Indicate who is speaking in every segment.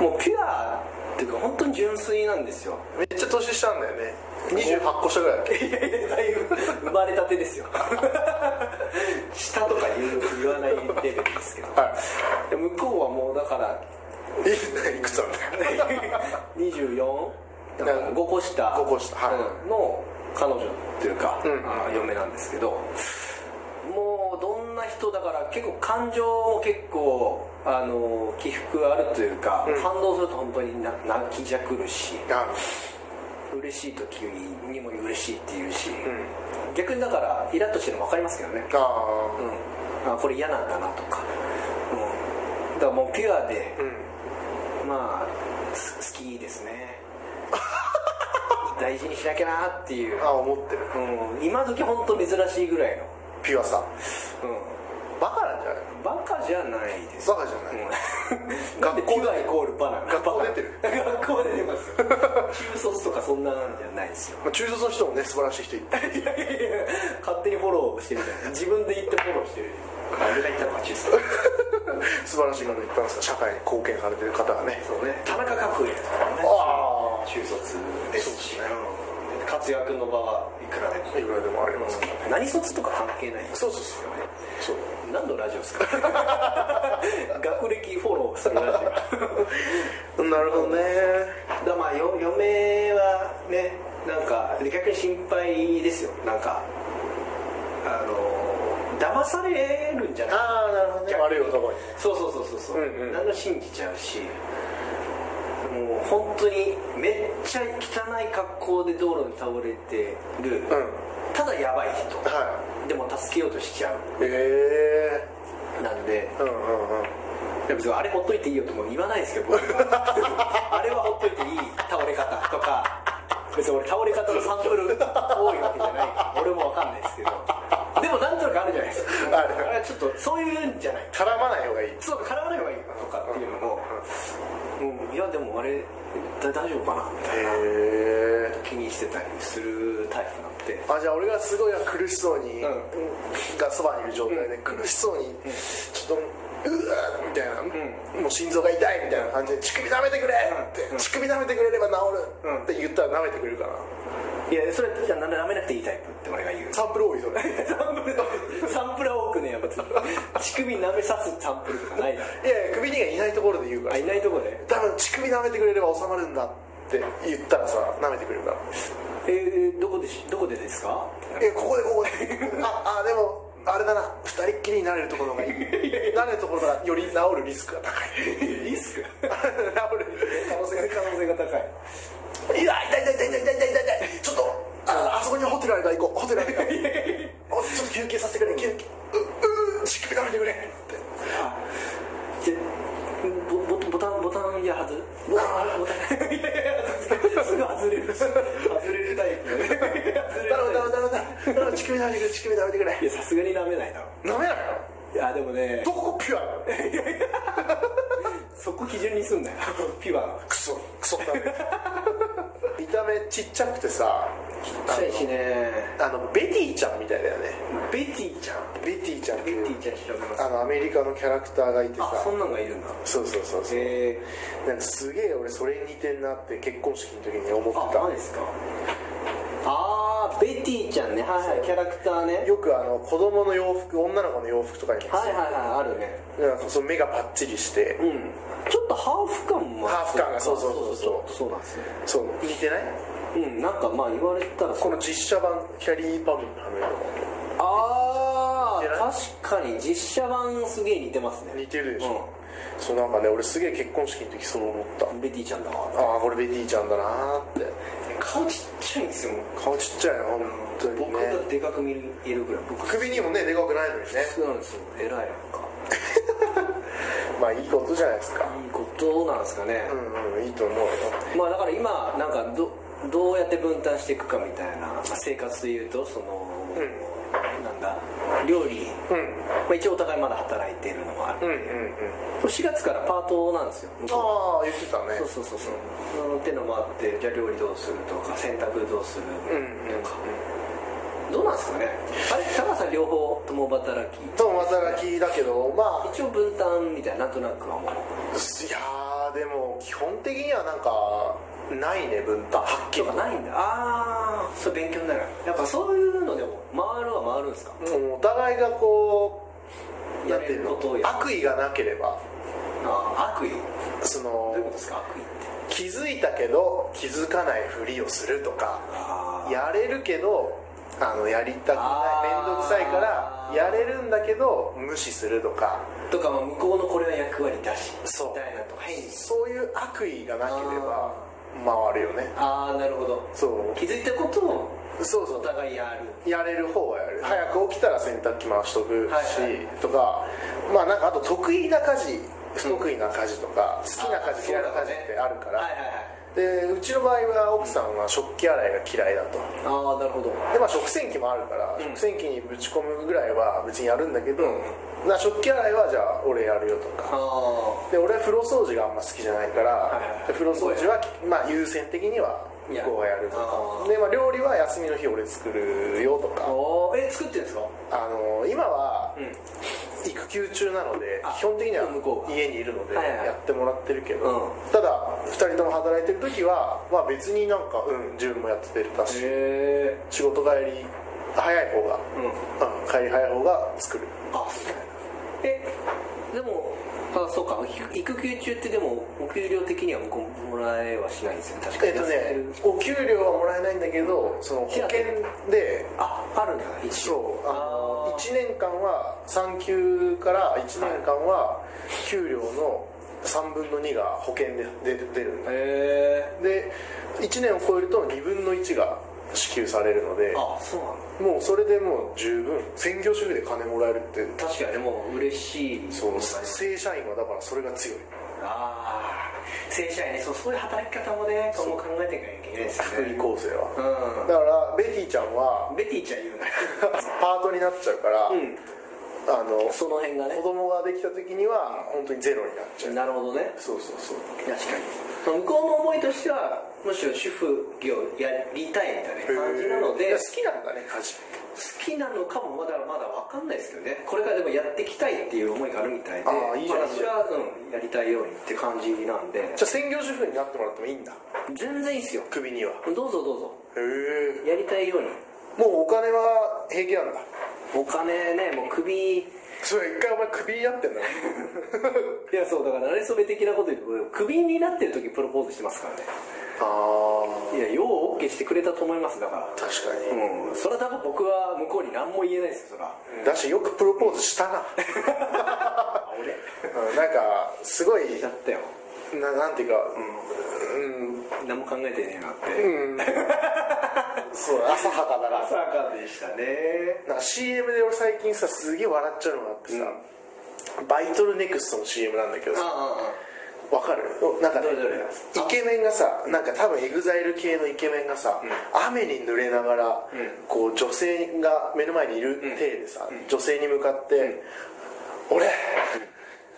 Speaker 1: もうピュアっていうか本当に純粋なんですよ
Speaker 2: めっちゃ年下なんだよね28個下ぐらいだっけ
Speaker 1: いやいやだいぶ生まれたてですよ 下とか言う言わないレベルですけど
Speaker 2: は
Speaker 1: で向こうはもうだから
Speaker 2: いいくつなんだよ
Speaker 1: 24だから5個下
Speaker 2: 5個下はい
Speaker 1: うんの彼女というか、
Speaker 2: うん
Speaker 1: あの嫁なんですけどもうどんな人だから結構感情も結構あの起伏あるというか、
Speaker 2: うん
Speaker 1: 感動すると本当にな泣きじゃくるし
Speaker 2: あ
Speaker 1: 嬉しい時にも嬉しいって言うし、
Speaker 2: うん
Speaker 1: 逆にだからイラッとしてるの分かりますけどね、
Speaker 2: あ
Speaker 1: うん、あこれ嫌なんだなとか、うん、だからもうピュアで
Speaker 2: ー、うん
Speaker 1: まあす好きですね 大事にしなきゃなっていう、
Speaker 2: あ思ってる
Speaker 1: うん、今時本当珍しいぐらいの、
Speaker 2: ピュアさ
Speaker 1: う
Speaker 2: バカなんじゃない
Speaker 1: ん、バカじゃないです
Speaker 2: バカじゃない
Speaker 1: うん、なんでピ
Speaker 2: 学校
Speaker 1: ュアイコールバナナ
Speaker 2: 学校出てる
Speaker 1: 学校出て ますよ中卒とかそんななんじゃないですよ
Speaker 2: まあ中卒の人もね素晴らしい人いっぱい
Speaker 1: い やいやいや勝手にフォローしてるじゃん自分で言ってフォローしてるあれが言ったのは中卒
Speaker 2: 素晴らしい方いっぱいいますから社会に貢献されてる方がね
Speaker 1: そうね田中角栄とかね
Speaker 2: あ
Speaker 1: 中卒
Speaker 2: あ
Speaker 1: です
Speaker 2: そうですね
Speaker 1: 活躍の場はいくらでも
Speaker 2: いくらでもありますから
Speaker 1: 何卒とか関係ない
Speaker 2: そうそうそうそう
Speaker 1: 何のラジオですか学歴フォローするラジオだ
Speaker 2: なるほどね
Speaker 1: からまあよ嫁はねなんか逆に心配ですよなんかあの騙されるんじゃない
Speaker 2: ああなるほどね悪い男に
Speaker 1: そうそうそうそうそう、
Speaker 2: うんうん
Speaker 1: 何の信じちゃうしもう本当にめっちゃ汚い格好で道路に倒れてる、
Speaker 2: ん
Speaker 1: ただやばい人
Speaker 2: は
Speaker 1: でも助けようとしちゃ
Speaker 2: いえ
Speaker 1: うなんで
Speaker 2: えうんうんうん
Speaker 1: いや別にあれほっといていいよとも言わないですけど僕はあれはほっといていい倒れ方とか別に俺倒れ方のサンプル多いわけじゃない俺もわかんないですけどでもなんとなくあるじゃないですか
Speaker 2: ある
Speaker 1: あれはちょっとそういうんじゃない
Speaker 2: 絡まない方がいい
Speaker 1: そう絡まない方がいいのかっていうのも、うんいやでもあれだ大丈夫かなみたいな
Speaker 2: へえ
Speaker 1: 気にしてたりするタイプなんで
Speaker 2: あじゃあ俺がすごい苦しそうに、
Speaker 1: うん
Speaker 2: がそばにいる状態で苦しそうに、ちょっとうわーみたいな、もう心臓が痛いみたいな感じで乳首舐めてくれって、
Speaker 1: うん
Speaker 2: 乳首舐めてくれれば治る、
Speaker 1: うん
Speaker 2: って言ったら舐めてくれるかない
Speaker 1: やそれじゃな舐めなくていいタイプって俺が言う
Speaker 2: サンプル多いそれ い
Speaker 1: サンプルサンプルは多くねやっぱ乳首舐めさすサンプルとかないだろ
Speaker 2: やいや首にがいないところで言うから
Speaker 1: あいないとこで
Speaker 2: 多分乳首舐めてくれれば収まるんだって言ったらさ舐めてくれるから
Speaker 1: えー、どこでしどこでですか
Speaker 2: いやここでここでああでもあれだな二人っきりになれるところがいいなれるところがより治るリスクが高い
Speaker 1: リスク
Speaker 2: 治る
Speaker 1: 可能性可能性が高い
Speaker 2: いや痛い痛い痛い痛い痛い痛い痛いちょっとああそこにホテルあるから行こうホテルあるからおちょっと休憩させてくれ休憩うう乳首舐めてくれって
Speaker 1: でボボボタンボタンいやはずボタンボタンいやいやすぐ外れる外れるタイプ
Speaker 2: 頼む頼む頼む頼む乳首舐めてくれ乳首舐めてく
Speaker 1: い
Speaker 2: れ
Speaker 1: やさすがに舐めないだろ
Speaker 2: 舐めない
Speaker 1: いやでもね
Speaker 2: どこがピュアなの
Speaker 1: そこ基準にすんなよピュア
Speaker 2: クソクソ だね見た目ちっちゃくてさ
Speaker 1: ちいしね
Speaker 2: あのあのベティちゃんみたいだよね
Speaker 1: ベティちゃん
Speaker 2: ベティちゃんって
Speaker 1: ベ
Speaker 2: いう
Speaker 1: ティちゃん調べます
Speaker 2: あのアメリカのキャラクターがいてさ
Speaker 1: あそんなんがいるんだ
Speaker 2: そうそうそうそう
Speaker 1: へえ
Speaker 2: なんかすげえ俺それに似てんなって結婚式の時に思って
Speaker 1: あ
Speaker 2: た
Speaker 1: 何ですかあーベティちゃんねはいはいキャラクターね
Speaker 2: よくあの子供の洋服女の子の洋服とかにも
Speaker 1: はいはいはいあるね
Speaker 2: なんかその目がパッチリして、
Speaker 1: うんちょっとハーフ感も
Speaker 2: ハーフ感がそうそうそう
Speaker 1: ちょっとそうなんですね
Speaker 2: そう似てない
Speaker 1: うんなんかまあ言われたら
Speaker 2: こ
Speaker 1: そ
Speaker 2: の
Speaker 1: の
Speaker 2: 実写版キャリーパムの
Speaker 1: あ
Speaker 2: 似てない
Speaker 1: ー確かに実写版すげえ似てますね
Speaker 2: 似てるでしょ、そうなんかね俺すげえ結婚式の時そう思った
Speaker 1: うんベティちゃんだわ
Speaker 2: ああこれベティちゃんだなーって
Speaker 1: 顔ちっちゃいんですよ
Speaker 2: 顔ちっちゃいよ本当にね
Speaker 1: 僕がでかく見えるぐらい僕
Speaker 2: 首にもねでかくないのにね
Speaker 1: そうなんですよ偉いなんか
Speaker 2: まあいいことじゃないですか
Speaker 1: いいことなんですかね、
Speaker 2: うんうんいいと思うよ
Speaker 1: まあだから今なんかどどうやって分担していくかみたいなまあ生活でいうとその、なんだ料理、
Speaker 2: うん
Speaker 1: まあ、一応お互いまだ働いているのもある、
Speaker 2: うんうんうん
Speaker 1: 4月からパートなんですよ向こうは
Speaker 2: ああ言ってたね
Speaker 1: そうそうそうそう、うん、ってのもあってじゃあ料理どうするとか洗濯どうする
Speaker 2: うんうん
Speaker 1: とか、どうなんですかねあれ高橋さん両方共働き
Speaker 2: と働きだけどまあ
Speaker 1: 一応分担みたいななんとなくはもう
Speaker 2: いやーーでも基本的にはなんかないね分担はっ
Speaker 1: と
Speaker 2: きり
Speaker 1: かないんだああそれ勉強になるやっぱそういうのでも回るは回るんですか
Speaker 2: もうお互いがこう
Speaker 1: や
Speaker 2: な
Speaker 1: れる
Speaker 2: んていうの
Speaker 1: ことをやる
Speaker 2: 悪意がなければ
Speaker 1: あー悪意
Speaker 2: そ
Speaker 1: どういう
Speaker 2: の
Speaker 1: ことですか悪意って
Speaker 2: 気づいたけど気づかないふりをするとか
Speaker 1: あー
Speaker 2: やれるけどあのやりたくない面
Speaker 1: あー
Speaker 2: 倒くさいからやれるんだけど無視するとか
Speaker 1: とかまあ向こうのこれは役割だし
Speaker 2: そう
Speaker 1: みたいなとか変に
Speaker 2: そういう悪意がなければ回るよね
Speaker 1: ああなるほど
Speaker 2: そう
Speaker 1: 気づいたことを
Speaker 2: そうそ
Speaker 1: お互いやる
Speaker 2: やれる方はやる
Speaker 1: はい
Speaker 2: 早く起きたら洗濯機回しとくし、
Speaker 1: はいはい
Speaker 2: とかまあなんかあと得意な家事不得意な家事とか、好きな家
Speaker 1: あー
Speaker 2: 事嫌いな家事ってあるから
Speaker 1: はいはいはい
Speaker 2: でうちの場合は奥さんは食器洗いが嫌いだと
Speaker 1: ああなるほど
Speaker 2: でまあ食洗機もあるから、
Speaker 1: うん
Speaker 2: 食洗機にぶち込むぐらいは別にやるんだけど、
Speaker 1: うん
Speaker 2: な食器洗いはじゃあ俺やるよとか
Speaker 1: あ
Speaker 2: で俺は風呂掃除があんま好きじゃないから、
Speaker 1: いはいはい
Speaker 2: で風呂掃除は、まあ、優先的には向こうがやると
Speaker 1: あー
Speaker 2: かで、まあ、料理は休みの日俺作るよとか
Speaker 1: あおーえ作ってるんですか
Speaker 2: あの今は
Speaker 1: うん
Speaker 2: 育休中なので
Speaker 1: あ
Speaker 2: 基本的には
Speaker 1: 向こうが
Speaker 2: 家にいるので
Speaker 1: はいはい
Speaker 2: やってもらってるけ
Speaker 1: う
Speaker 2: どただ2人とも働いてる時はまあ別になんかうん自分もやってたし
Speaker 1: へえ
Speaker 2: 仕事帰り早い方が
Speaker 1: うん
Speaker 2: うん帰り早い方が作る
Speaker 1: あそうえでもあそうか育育休中ってでもお給料的には向こうもらえはしないんですよね確か
Speaker 2: え
Speaker 1: に
Speaker 2: っとねお給料はもらえないんだけどその保険で
Speaker 1: ああるんだ一
Speaker 2: そ
Speaker 1: 応
Speaker 2: うあ
Speaker 1: あ
Speaker 2: の
Speaker 1: ー
Speaker 2: 1年間は産休から1年間は給料の3分の2が保険で出出るんだ
Speaker 1: へえ
Speaker 2: で1年を超えると2分の1が支給されるので
Speaker 1: あそうなの
Speaker 2: もうそれでもう十分専業主婦で金もらえるって
Speaker 1: 確かにでも嬉しい
Speaker 2: そう
Speaker 1: ですね
Speaker 2: 正社員はだからそれが強い
Speaker 1: ああ正社員ねそうそういう働き方もね今後考えていかなきゃいけないです
Speaker 2: 福
Speaker 1: よ
Speaker 2: 利
Speaker 1: ね
Speaker 2: 厚生はだ
Speaker 1: う
Speaker 2: からベティちゃんは
Speaker 1: んベティちゃん言うな
Speaker 2: パートになっちゃうから、
Speaker 1: うん
Speaker 2: あの
Speaker 1: その辺がね
Speaker 2: 子供ができた時には本当にゼロになっちゃう
Speaker 1: なるほどね
Speaker 2: そうそうそう
Speaker 1: 確かに向こうの思いとしてはむしろ主婦業やりたいみたいな感じなの
Speaker 2: へー
Speaker 1: で
Speaker 2: 好きなんだね家事
Speaker 1: 好きなのかもまだまだ分かんないですけどねこれからでもやっていきたいっていう思いがあるみたいで
Speaker 2: あーいいじゃん
Speaker 1: まだそれは、うん、やりたいようにって感じなんで
Speaker 2: じゃあ専業主婦になってもらってもいいんだ
Speaker 1: 全然いいっすよ
Speaker 2: 首にはへ
Speaker 1: どうぞどうぞ
Speaker 2: え
Speaker 1: やりたいように
Speaker 2: もうお金は平気なんだ
Speaker 1: お金ねもう首い
Speaker 2: それ一回お前首になってんだ
Speaker 1: やそうだから馴れ初め的なこと言うと首になってる時プロポーズしてますからね
Speaker 2: ああ
Speaker 1: いやよう OK してくれたと思いますだから
Speaker 2: 確かに、
Speaker 1: うんそれは多分僕は向こうに何も言えないですよそら
Speaker 2: だしよくプロポーズしたな、
Speaker 1: あ俺
Speaker 2: うんなんかすごい
Speaker 1: やったよ
Speaker 2: ななんていうか
Speaker 1: 何も考えてねえなって
Speaker 2: うん、うん、そう浅はかだな
Speaker 1: 朝かでしたね
Speaker 2: なんか CM で俺最近さすげえ笑っちゃうのがあってさ、バイトルネクストの CM なんだけど
Speaker 1: あ
Speaker 2: さ
Speaker 1: あ
Speaker 2: わかるおなんかね
Speaker 1: どれどれ
Speaker 2: イケメンがさなんか多分エグザイル系のイケメンがさ、雨に濡れながら、こう女性が目の前にいる体でさ、女性に向かって「俺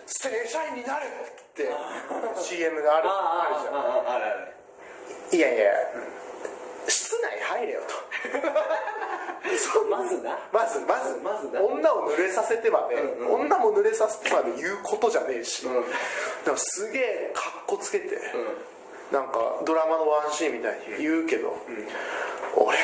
Speaker 2: 正社員になる!」って CM があるあるじゃん
Speaker 1: ああああるある
Speaker 2: いやいや、室内入れよと
Speaker 1: そうまずな
Speaker 2: まずまず
Speaker 1: まずだ
Speaker 2: 女を濡れさせてまで、
Speaker 1: うんうん
Speaker 2: 女も濡れさせてまで言うことじゃねえし、
Speaker 1: うん
Speaker 2: でもすげえかっこつけて、なんかドラマのワンシーンみたいに言うけど、俺、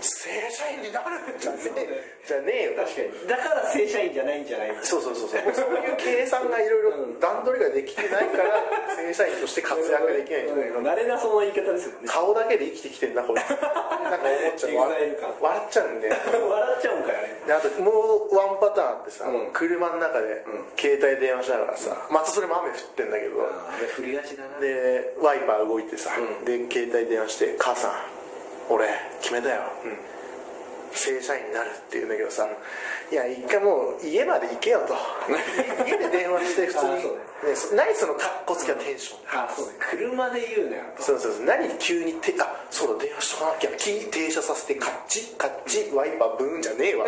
Speaker 2: 正社員になるんじゃねえ、じゃねえよ
Speaker 1: 確かにだから正社員じゃないんじゃない
Speaker 2: そうそうそうそうそういう計算がいろいろ段取りができてないから正社員として活躍できないんじゃない
Speaker 1: うん慣れなそうな言い方ですもんね
Speaker 2: 顔だけで生きてきてんなこいつなんか思っ ちゃう
Speaker 1: EXILE か
Speaker 2: 笑っちゃうんで
Speaker 1: 笑っちゃうんかよあれ
Speaker 2: であともうワンパターンあってさ、
Speaker 1: うん
Speaker 2: 車の中で携帯電話しながらさ、またそれも雨降ってんだけど、
Speaker 1: あれ振りがちだな
Speaker 2: でワイパー動いてさ、
Speaker 1: うん
Speaker 2: で携帯電話して「母さん俺決めたよ、正社員になる」って言うんだけどさ「いや一回もう家まで行 けよ」と家で電話して普通に
Speaker 1: あーそう
Speaker 2: ねそ何そのカッコつきはテンション、
Speaker 1: あそうね車で言うなよ
Speaker 2: そうそうそう何急にてあそうだ電話しとかなきゃキー停車させてカッチカッチワイパーブーンじゃねえわ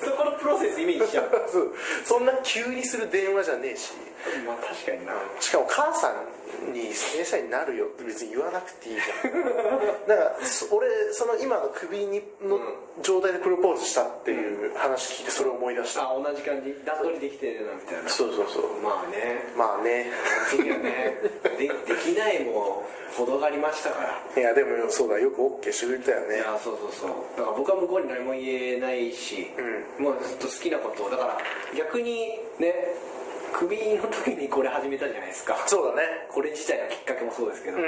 Speaker 1: そこのプロセスイメージしちゃう
Speaker 2: そうそんな急にする電話じゃねえし
Speaker 1: まあ確かにな
Speaker 2: しかも母さんに正社員になるよって別に言わなくていいじゃ んなんかそ俺その今の首にの状態でプロポーズしたっていう話聞いてそれを思い出した、
Speaker 1: あ同じ感じ段取りできてるなみたいな
Speaker 2: そうそうそう
Speaker 1: まあね
Speaker 2: まあね
Speaker 1: いいよねでできないも程がありましたから
Speaker 2: いやでもそうだよく OK してくれたよ
Speaker 1: い
Speaker 2: ね
Speaker 1: やそうそうそうだから僕は向こうに何も言えないし、もうずっと好きなことをだから逆にね首の時にこれ始めたじゃないですか
Speaker 2: そうだね
Speaker 1: これ自体のきっかけもそうですけど、
Speaker 2: ん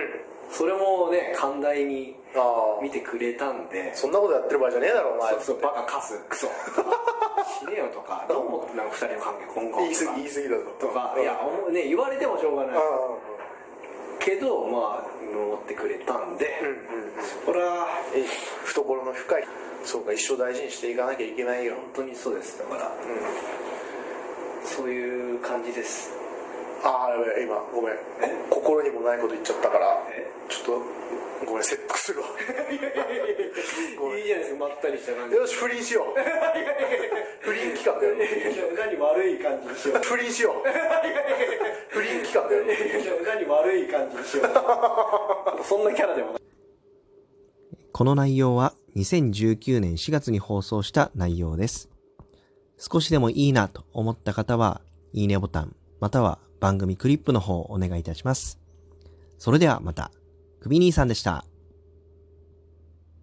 Speaker 1: それもね寛大に
Speaker 2: ああ
Speaker 1: 見てくれたんで
Speaker 2: そんなことやってる場合じゃねえだろお前
Speaker 1: そうそうバカカスクソ 死ねよとかどう思ってんの2人の関係今後
Speaker 2: 言い
Speaker 1: と
Speaker 2: 過
Speaker 1: か
Speaker 2: ぎ言い過ぎだぞ
Speaker 1: とか
Speaker 2: うん
Speaker 1: いや思うね言われてもしょうがない
Speaker 2: あ
Speaker 1: けどまあ乗ってくれたんで、これは
Speaker 2: あえ懐の深いそうか一生大事にしていかなきゃいけないよ
Speaker 1: 本当にそうですだから、そういう感じです
Speaker 2: ああやべえ今ごめんこ心にもないこと言っちゃったから
Speaker 1: え
Speaker 2: ちょっとごめん切腹するわ
Speaker 1: いいじゃないですかまったりした感じ
Speaker 2: よし不倫しよう不倫企画やろ
Speaker 1: 何悪い感じにし よう
Speaker 2: 不倫しよう不倫企画やろ
Speaker 1: 何悪い感じにしよう そんなキャラでもない
Speaker 3: この内容は2019年4月に放送した内容です。少しでもいいなと思った方は、いいねボタン、または番組クリップの方をお願いいたします。それではまた、くび兄さんでした。